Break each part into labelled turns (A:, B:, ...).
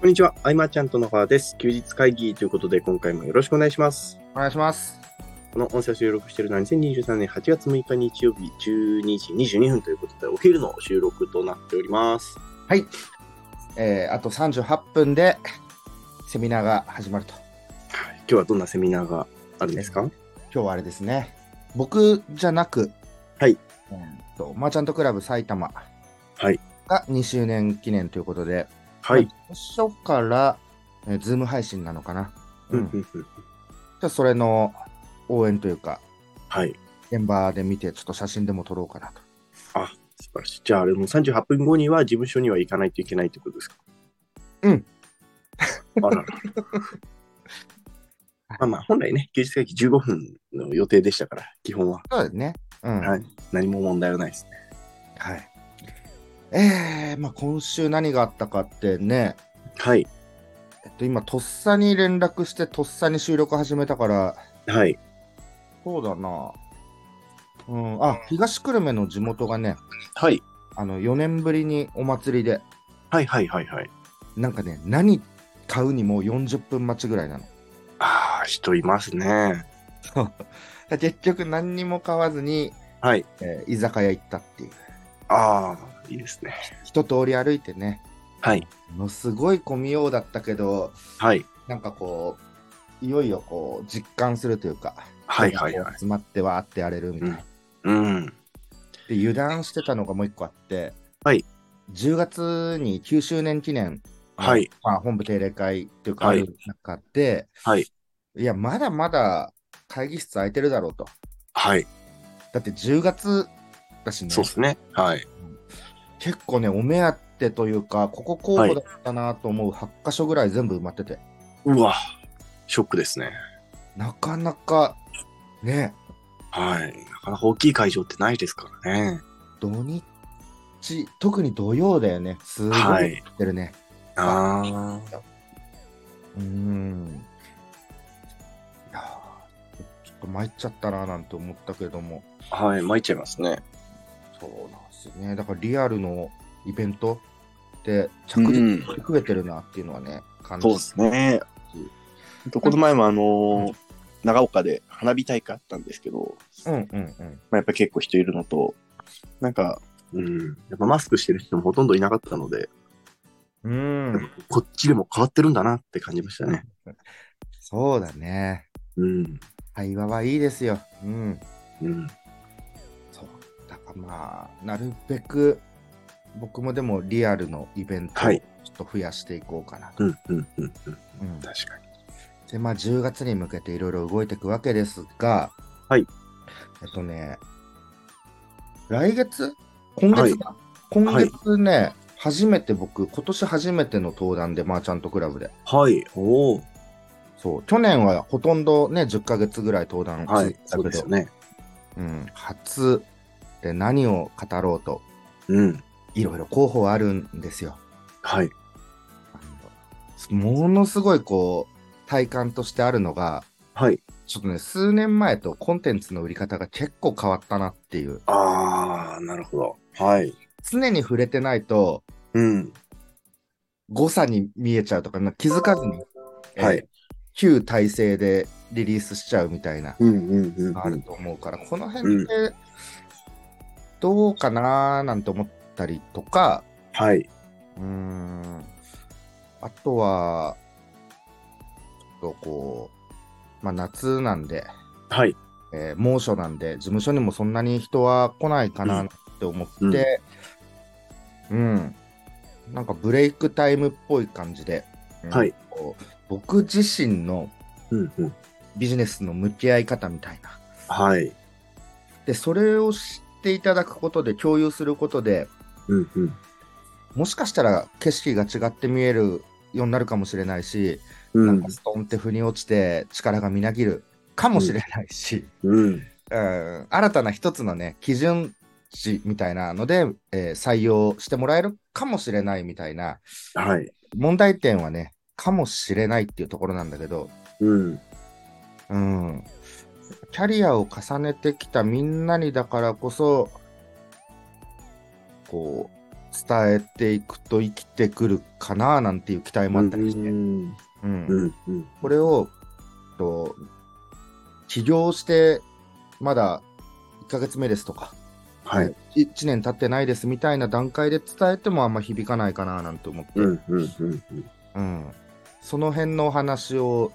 A: こんにちは、あいまちゃんとの川です。休日会議ということで、今回もよろしくお願いします。
B: お願いします。
A: この音声を収録しているのは2023年8月6日日曜日12時22分ということで、お昼の収録となっております。
B: えー、あと38分でセミナーが始まると。
A: はい今日はどんなセミナーがあるんですか
B: 今日はあれですね。僕じゃなく、
A: はい。
B: えーと、マーチャントクラブ埼玉。
A: はい
B: が2周年記念ということで、
A: はい。
B: まあ。最初から、えー、ズーム配信なのかな。
A: う
B: うんん。
A: う
B: じ
A: んうん
B: ゃあ、それの応援というか、
A: はい。
B: 現場で見て、ちょっと写真でも撮ろうかなと。
A: 素晴らしい。じゃあ、あれも38分後には事務所には行かないといけないってことですか
B: うん。
A: あ らら。まあまあ、本来ね、休日会議15分の予定でしたから、基本は。
B: そうですね。うん。
A: はい。何も問題はないですね。
B: はい。えー、まあ今週何があったかってね、
A: はい。
B: えっと、今、とっさに連絡して、とっさに収録始めたから、
A: はい。
B: そうだな。うん、あ、東久留米の地元がね、
A: はい。
B: あの、4年ぶりにお祭りで、
A: はいはいはいはい。
B: なんかね、何買うにも40分待ちぐらいなの。
A: ああ、人いますね。
B: 結局何にも買わずに、
A: はい。
B: えー居酒屋行ったっていう。
A: ああ、いいですね。
B: 一通り歩いてね、
A: はい。
B: ものすごい混みようだったけど、
A: はい。
B: なんかこう、いよいよこう、実感するというか、
A: はいはいはい。
B: 詰まってわーってやれるみたいな。
A: うん。
B: で油断してたのがもう一個あって、
A: はい、
B: 10月に9周年記念、
A: はい。
B: まあ、本部定例会っていうか、
A: は
B: あ
A: い
B: る中で、
A: はい。
B: い、や、まだまだ会議室空いてるだろうと。
A: はい。
B: だって10月だしね、
A: そうですね。はい。
B: 結構ね、お目当てというか、ここ候補だったなと思う8箇所ぐらい全部埋まってて、
A: うわ、ショックですね。
B: なかなかね、
A: はい。なかなか大きい会場ってないですからね。
B: 土日、特に土曜だよね、すごい
A: は
B: 行
A: い。
B: ってるね。
A: あ
B: うーん。いやーちょっと参っちゃったなーなんて思ったけども、
A: あ。はい。参っちゃいますね。
B: そうなんですよね。だからリアルのイベントって着実に増えてるなっていうのはね、感じ
C: そうですね。ほんとこの前もあのー長岡で花火大会あったんですけど、
B: うんうんうん。
C: まあ、やっぱり結構人いるのと、なんか、
A: うん。やっぱマスクしてる人もほとんどいなかったので、
B: うーん、
A: こっちでも変わってるんだなって感じましたね。
B: そうだね。
A: うん。
B: 会話はいいですよ。うん。
A: うん。
B: そう。だからまあ、なるべく僕もでもリアルのイベントを
A: は
B: ち
A: い
B: ょっと増やしていこうかなと。
A: うん。うん。うん。うん。
B: うん
A: 確かに。
B: で、まあ、10月に向けていろいろ動いていくわけですが、
A: はい。
B: えっとね、来月今月か、今月ね、初めて僕、今年初めての登壇で、マーチャントクラブで。
A: はい。おお。
B: そう、去年はほとんどね、10ヶ月ぐらい登壇
A: は
B: 続い
A: い
B: て。た
A: そう
B: け
A: です
B: ど、
A: よね。
B: うん、初で何を語ろうと、
A: うん。
B: いろいろ候補はあるんですよ。
A: はい。
B: あのものすごいこう、体感としてあるのが、
A: はい。
B: ちょっとね、数年前とコンテンツの売り方が結構変わったなっていう。
A: ああ、なるほど。はい。
B: 常に触れてないと、
A: うん。
B: 誤差に見えちゃうとか、な気づかずに、えー
A: はい。
B: 旧体制でリリースしちゃうみたいな、
A: うんうんうん
B: あ
A: う
B: る
A: ん。
B: と思うから、この辺って、どうかなーなんて思ったりとか、
A: はい。
B: うーん、あとは、ちょっとこう、まあ夏なんで、
A: はい。
B: えー猛暑なんで、事務所にもそんなに人は来ないかなって思って、うん、なんかブレイクタイムっぽい感じで、うん
A: はい
B: こう僕自身の
A: うんうん。
B: ビジネスの向き合い方みたいな。
A: はい。
B: で、それを知っていただくことで、共有することで、
A: うんうん。
B: もしかしたら景色が違って見えるようになるかもしれないし、
A: う
B: なん
A: ん
B: か。ストンって腑に落ちて力がみなぎるかもしれないし、
A: うん。
B: うん新たな一つのね、基準値みたいなので、えー採用してもらえるかもしれないみたいな、
A: はい。
B: 問題点はね、かもしれないっていうところなんだけど、
A: うん。
B: うん。キャリアを重ねてきたみんなにだからこそ、こう、伝えていくと生きてくるかななんていう期待もあったりして、
D: ん。
B: うん
D: うん。うん。
B: これをと治療してまだ1ヶ月目ですとか、
D: はい。
B: 1年経ってないですみたいな段階で伝えてもあんま響かないかななんて思って、
D: うん。うん。うん。うん
B: うんその辺のお話を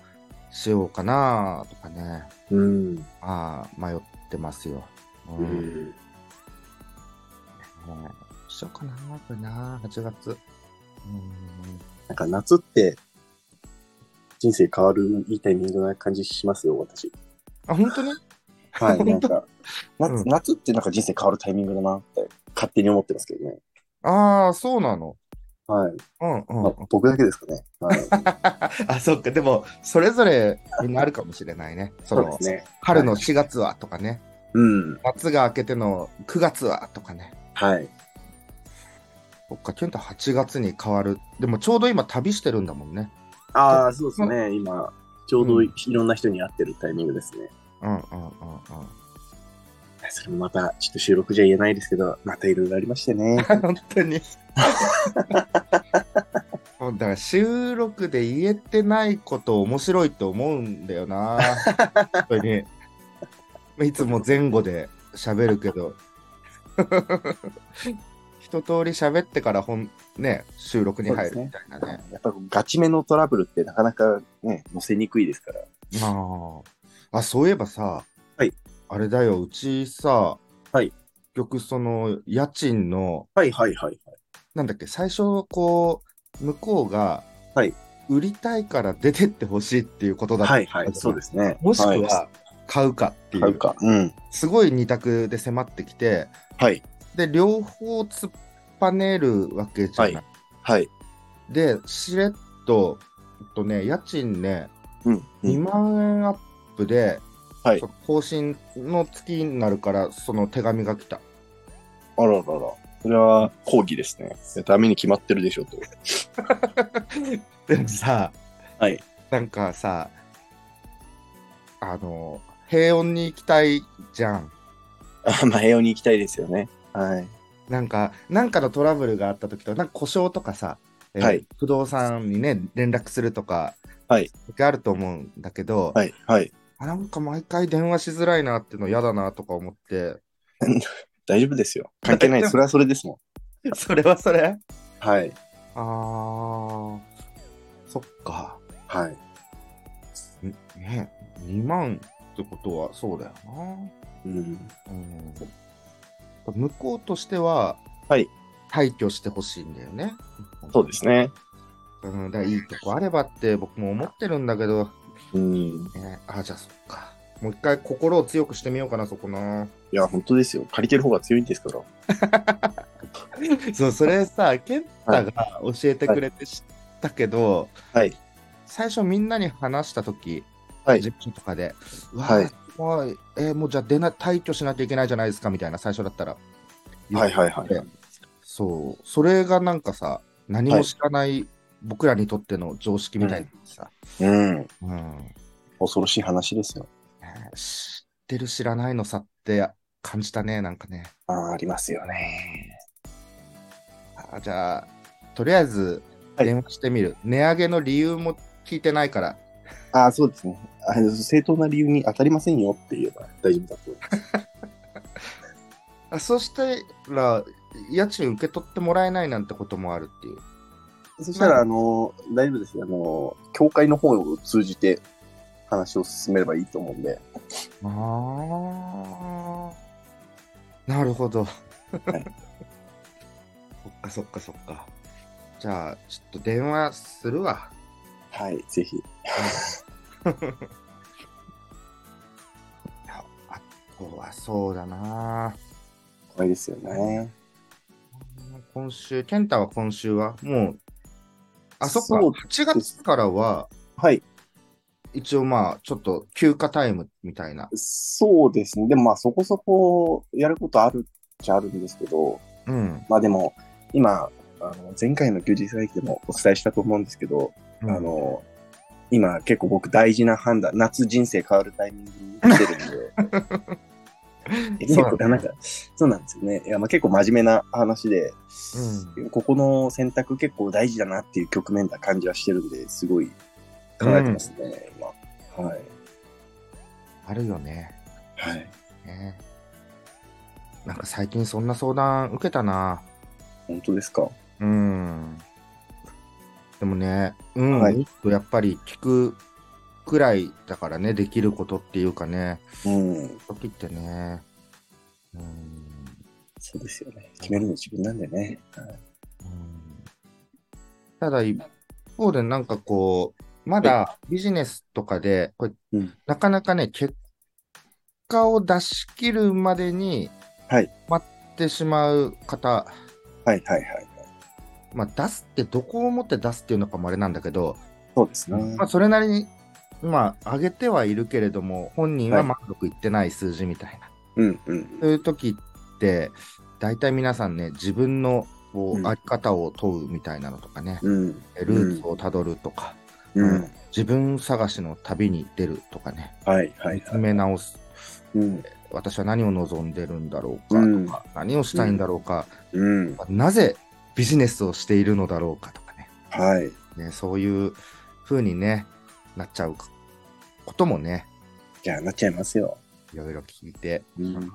B: しようかなとかね、
D: うん。
B: ああ、迷ってますよ。う
D: うん
B: ね
D: ん。
B: しようかな、これな、8月。うん
D: なんか夏って、人生変わるいいタイミングな感じしますよ、私。
B: あ、本当に
D: はい。なん か、
A: 夏,、
B: うん
A: 夏ってなんか人生変わるタイミングだなって勝手に思ってますけどね。
B: ああ、そうなの。
D: はい。
B: うんうん
D: まあ
B: うん。
D: 僕だけですかね。 はい。
B: あ、 そっか。でも、それぞれみんなあるかもしれないね。そ
D: そう
B: の
D: ですね。
B: 春の4月はとかね、
D: うん。
B: 夏が明けての9月はとかね。
D: はい。
B: そっか、ケンタ8月に変わる。でも、ちょうど今旅してるんだもんね。
D: ああ、そうですね。今、ちょうど
B: うん
D: いろんな人に会ってるタイミングですね。
B: うんうんうんうん。
D: それもまた、ちょっと収録じゃ言えないですけど、またいろいろありましてね。
B: 本当 に。もうだから収録で言えてないこと面白いと思うんだよ な。本当に。いつも前後で喋るけど。 一通り喋ってから本、ね、収録に入るみたいなね。
A: やっぱガチめのトラブルってなかなかね、載せにくいですから。
B: あああ、そういえばさ、
D: はい
B: あれだよ、うちさ、
D: はい
B: 結局その家賃の
D: はいはいはいはい。
B: なんだっけ、最初、こう、向こうが、
D: はい
B: 売りたいから出てってほしいっていうことだった
D: はいはい、そうですね。
B: もしく
D: い
B: は、買うかっていう、
A: 買うか。うん。
B: すごい二択で迫ってきて、
A: はい。
B: で、両方突っぱねるわけじゃない。
A: ははい。
B: で、しれっと、えっとね、家賃ね、
A: うん。う
B: 2
A: ん、
B: 万円アップで、
A: はい
B: その更新の月になるから、その手紙が 来た。
A: あららら。それは抗議ですね。いやダメに決まってるでしょと。
B: でもさ、
A: はい
B: なんかさ、あの、平穏に行きたいじゃん。
A: あ、 まあ、平穏に行きたいですよね。はい。
B: なんか、なんかのトラブルがあった時と、なんか故障とかさ、えー
A: はい
B: 不動産にね、連絡するとか、
A: はい
B: 時あると思うんだけど、
A: はい。はい。
B: あなんか毎回電話しづらいなっていうの嫌だなとか思って、
A: 大丈夫ですよ。関係ない。それはそれですもん。
B: それはそれ
D: はい。
B: あー、そっか。
D: はい。
B: んね、2万ってことはそうだよな。
D: うん。
B: うん向こうとしては、
A: はい
B: 退去してほしいんだよね。
A: そうですね。
B: うん、だからいいとこあればって僕も思ってるんだけど、
A: うん。
B: ね、あ、じゃあそっか。もう一回心を強くしてみようかな、そ こな。
A: いや、本当ですよ。借りてる方が強いんですから。
B: そう、それさ、健太が教えてくれて知ったけど、
A: はい
B: 最初みんなに話したとき、
A: はい
B: 事務所とかで、うわ
A: はい
B: ーもうえーもうじゃあ出な退去しなきゃいけないじゃないですかみたいな、最初だったら。
A: はいはいはい。
B: そう、それがなんかさ、何も知らない僕らにとっての常識みたいなさ、
A: うん。
B: うん
A: 恐ろしい話ですよ。
B: ね知ってる知らないの差って感じたね、なんかね。
A: ああ、ありますよね。
B: あじゃあ、とりあえず
A: はい
B: 電話してみる、値上げの理由も聞いてないから。
A: ああ、そうですね。あ正当な理由に当たりませんよって言えば大丈夫だと思います。
B: あそしたら、家賃受け取ってもらえないなんてこともあるっていう。
A: そ
B: したら
A: あの、大丈夫ですよ。あの、教会の方を通じて話を進めればいいと思うんで。
B: ああ。なるほど。そっかそっかそっか。じゃあ、ちょっと電話するわ。
A: はい、ぜひ。
B: いやあとはそうだな。
A: 怖いですよね。
B: 今週、健太は今週はもう、あそこ
A: そう
B: 8月からは、
A: はい、
B: 一応まあ、ちょっと休暇タイムみたいな。
A: そうですね。でもまあ、そこそこやることあるっちゃあるんですけど、
B: うん。
A: まあでも、今、あの前回の休日会議でもお伝えしたと思うんですけど、
B: うん
A: あ、の、今結構僕大事な判断、夏人生変わるタイミングに来てるんで、 結構、なんか、そうなんですよね。いや、まあ結構真面目な話で、ここの選択結構大事だなっていう局面な感じはしてるんで、すごい考えてますね、今。はい。
B: あるよね。
A: はい。
B: ねなんか最近そんな相談受けたな。
A: 本当ですか。
B: うん。でもね、うん、
A: はい
B: やっぱり聞くくらいだからね、できることっていうかね、
A: うん。
B: 時ってね、うん、
A: そうですよね。決めるの自分なんでね。はい
B: うんただ一方でなんかこう、まだビジネスとかで、これ
A: うん
B: なかなかね、結果を出し切るまでに、
A: はい
B: 待ってしまう方、
A: はいはいはい。
B: まあ、出すってどこをもって出すっていうのかもあれなんだけど、
A: そうですね。
B: まあ、それなりに、まあ、上げてはいるけれども、本人は満足いってない数字みたいな。
A: うんう
B: そ
A: ん。
B: ういう時って、大体皆さんね、自分のこ
A: うん
B: う、あり方を問うみたいなのとかね、
A: うん。
B: ルーツをたどるとか、
A: うん。
B: 自分探しの旅に出るとかね、
A: はいはい
B: 見つ
A: はい。
B: め直す、
A: うん。
B: 私は何を望んでるんだろうかとか、
A: うん
B: 何をしたいんだろうか、
A: うん。
B: なぜビジネスをしているのだろうかとかね、
A: はい。
B: ねそういう風にね、なっちゃうこともね、
A: じゃあなっちゃいますよ。
B: いろいろ聞いて、
A: うん。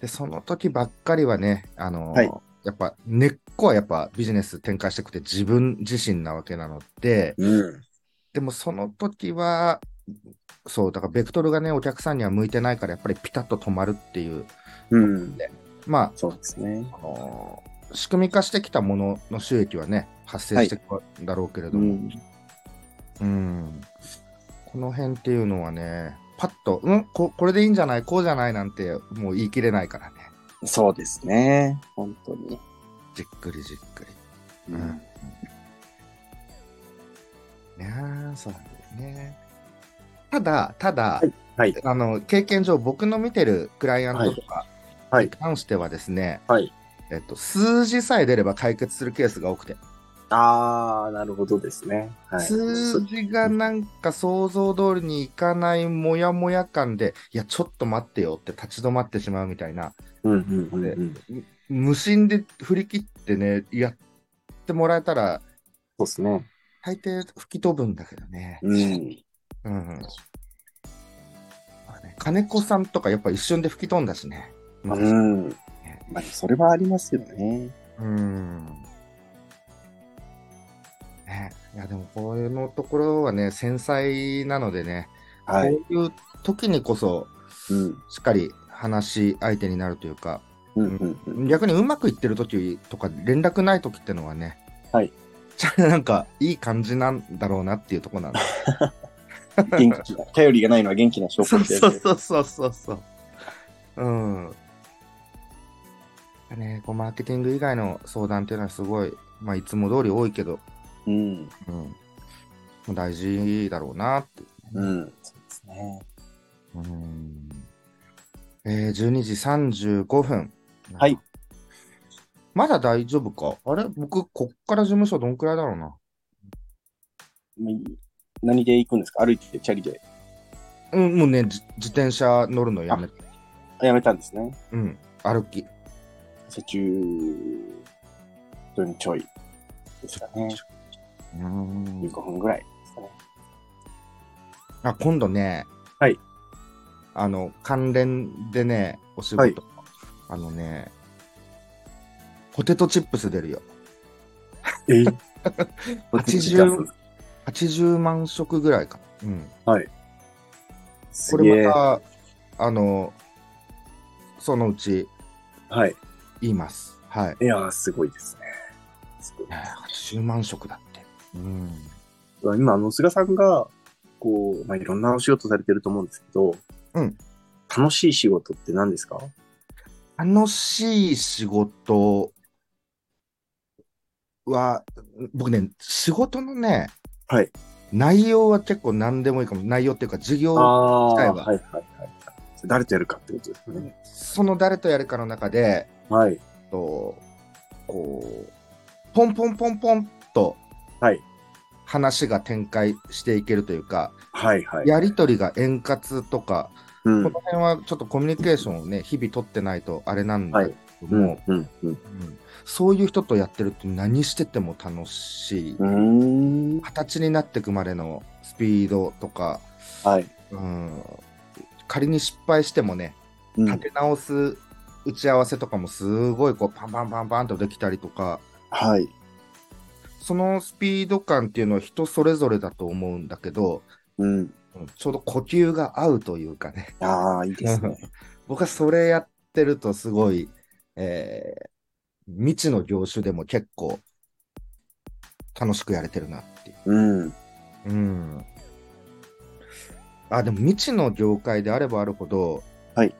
B: で、その時ばっかりはね、あのー
A: はい
B: やっぱ根っこはやっぱビジネス展開してくて自分自身なわけなので、
A: うん。
B: でもその時は、そう、だからベクトルがね、お客さんには向いてないから、やっぱりピタッと止まるっていう、
A: うん。
B: ま
A: そうですね
B: あ、。あのー仕組み化してきたものの収益はね、発生してくるんだろうけれど
A: う
B: も、
A: ん。
B: うんこの辺っていうのはね、パッと、うんこ、これでいいんじゃない、こうじゃないなんて、もう言い切れないからね、
A: そうですね。本当に。
B: じっくりじっくり。
A: う
B: うん。ねえそうなんだよね。ただ、ただ、
D: はい
B: あの経験上、僕の見てるクライアントとか
D: はい
B: に関してはですね、
D: はい
B: えっと、数字さえ出れば解決するケースが多くて、
D: ああ、なるほどですね。はい。
B: 数字がなんか想像通りにいかないモヤモヤ感で、いや、ちょっと待ってよって立ち止まってしまうみたいな、
D: うんうんうんうん。
B: 無心で振り切ってね、やってもらえたら、
D: そうですね。
B: 大抵吹き飛ぶんだけどね。
A: うん。
B: うん金子さんとかやっぱ一瞬で吹き飛んだしね。まあ
A: うん。まあ、それはありますよね。
B: うん。ね、いやでもこれのところはね、繊細なのでね、
A: はい。
B: こういう時にこそ
A: うん。
B: しっかり話し相手になるというか、
A: うん。うん。うん。
B: 逆にうまくいってる時とか連絡ない時ってのはね、
A: はい。
B: じゃあなんかいい感じなんだろうなっていうところなんで
A: 元気な。 頼りがないのは元気な証拠
B: そう
A: ってやつ
B: そうそうそうそうそう。うん。ね、こうマーケティング以外の相談っていうのはすごい、まあ、いつも通り多いけど、
A: うん。
B: うん、もう大事だろうなって。
A: うん。そうですね。
B: うんえー、12時35分。
A: はい。
B: まだ大丈夫かあれ僕、こっから事務所どんくらいだろうな。
A: 何で行くんですか歩いて、チャリで。
B: うん、もうね、じ自転車乗るのやめて。
A: あやめたんですね。
B: うん、歩き。
A: 車中分ちょいですかね。
B: うん
A: 15分ぐらいですかね。
B: あ、今度ね、
D: はい。
B: あの、関連でね、お仕事、
D: はい
B: あのね、ポテトチップス出るよ。
D: え
B: 80 80万食ぐらいかな。うん。こ
A: すげ
B: れ
A: え。
B: また、あの、そのうち
D: はい。
B: 言います。はい。
D: いやー、すごいですね。すごい
B: 80万食だって。うん。
D: 今、あの、菅さんが、こう、まあ、いろんなお仕事されてると思うんですけど、
B: うん。
D: 楽しい仕事って何ですか
B: 楽しい仕事は、僕ね、仕事のね、
D: はい
B: 内容は結構何でもいいかも。内容っていうか、事業、
D: あ
B: 機
D: ー
B: 械は
D: はいはいはい。誰とやるかってことですよね。
B: その誰とやるかの中で、
D: はい。
B: とこう、ポンポンポンポンと
D: はい。
B: 話が展開していけるというか、
D: はいはい。
B: やりとりが円滑とか、
A: うん
B: この辺はちょっとコミュニケーションをね、日々取ってないとあれなんだけど
A: う
B: も、
A: んうんうん
B: うんそういう人とやってると何してても楽しい。
A: うん
B: 二十歳になってくまでのスピードとか、
A: はい
B: うん、仮に失敗してもね、
A: うん
B: 立て直す打ち合わせとかもすごいこうパンパンパンパンとできたりとか、
A: はい
B: そのスピード感っていうのは人それぞれだと思うんだけど、
A: うん
B: うんちょうど呼吸が合うというかね、
A: ああいいですね
B: 僕はそれやってるとすごい、えー未知の業種でも結構楽しくやれてるなっていう。
A: うん
B: うん。あ、でも未知の業界であればあるほど、
A: はい。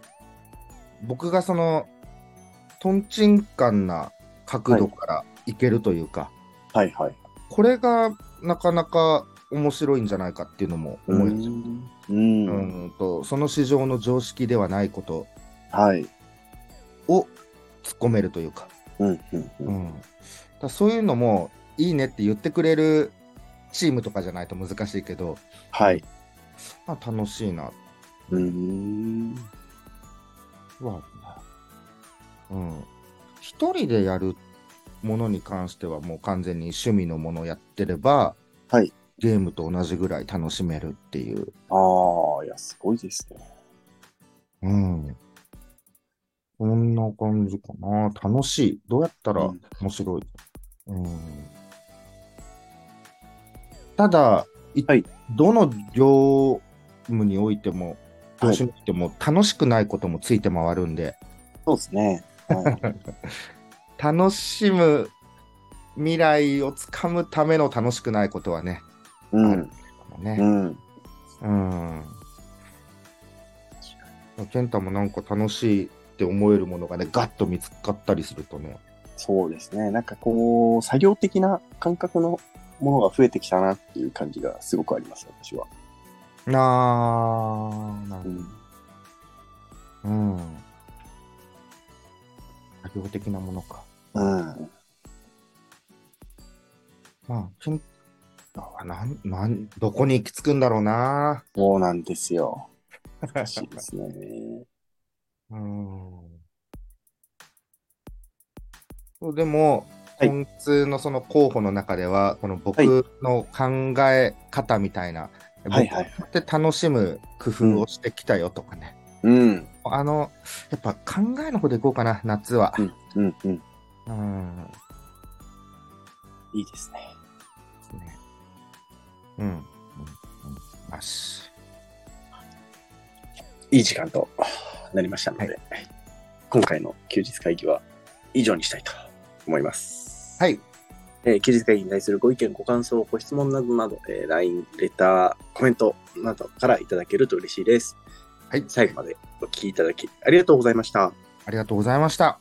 B: 僕がその、とんちんかんな角度からいけるというか、
A: はいはい
B: これがなかなか面白いんじゃないかっていうのも思います。
A: う
B: うん
A: うん
B: んと、その市場の常識ではないこと
A: はい
B: を突っ込めるというか、
A: うんうんう
B: うんん。だからそういうのも、いいねって言ってくれるチームとかじゃないと難しいけど、
A: はい
B: まあ、楽しいな
A: うん
B: はあるな。うん。一人でやるものに関してはもう完全に趣味のものをやってれば、
A: はい
B: ゲームと同じぐらい楽しめるっていう。
A: ああいやすごいですね
B: うん。こんな感じかな。楽しい。どうやったら
A: うん
B: 面白い。うん。ただ、い
A: はい
B: どの業務においても、業
A: はい
B: 種においても楽しくないこともついて回るんで、
A: そうですね はい
B: 楽しむ未来をつかむための楽しくないことはね、
A: う
B: ある
A: んう
B: ね。
A: ん
B: うん。健太もなんか楽しいって思えるものがね、ガッと見つかったりするとね。
A: そうですね。なんかこう、作業的な感覚のものが増えてきたなっていう感じがすごくあります、私は。
B: あー、な
A: う
B: る
A: ん、
B: ほど。うん。作業的なものか。
A: うん、
B: まあ、健太はなん、なん、どこに行き着くんだろうな。
A: そうなんです よ。難しいですね。
B: うんそうでも、
A: はい
B: 今月のその候補の中では、この僕の考え方みたいな、
A: はいはい
B: 僕って楽しむ工夫をしてきたよとかね、
A: うん、
B: あの、やっぱ考えの方でいこうかな、夏は。
A: うん、うん。
B: うん、
A: いいですね。
B: ですね。うん。うんうんよし。
A: いい時間となりましたので、今回の休日会議は以上にしたいと思います。
B: はい。
D: えー休日会議に対するご意見、ご感想、ご質問などなど、えー LINE、レター、コメントなどからいただけると嬉しいです。
B: はい。
D: 最後までお聞きいただきありがとうございました。
B: ありがとうございました。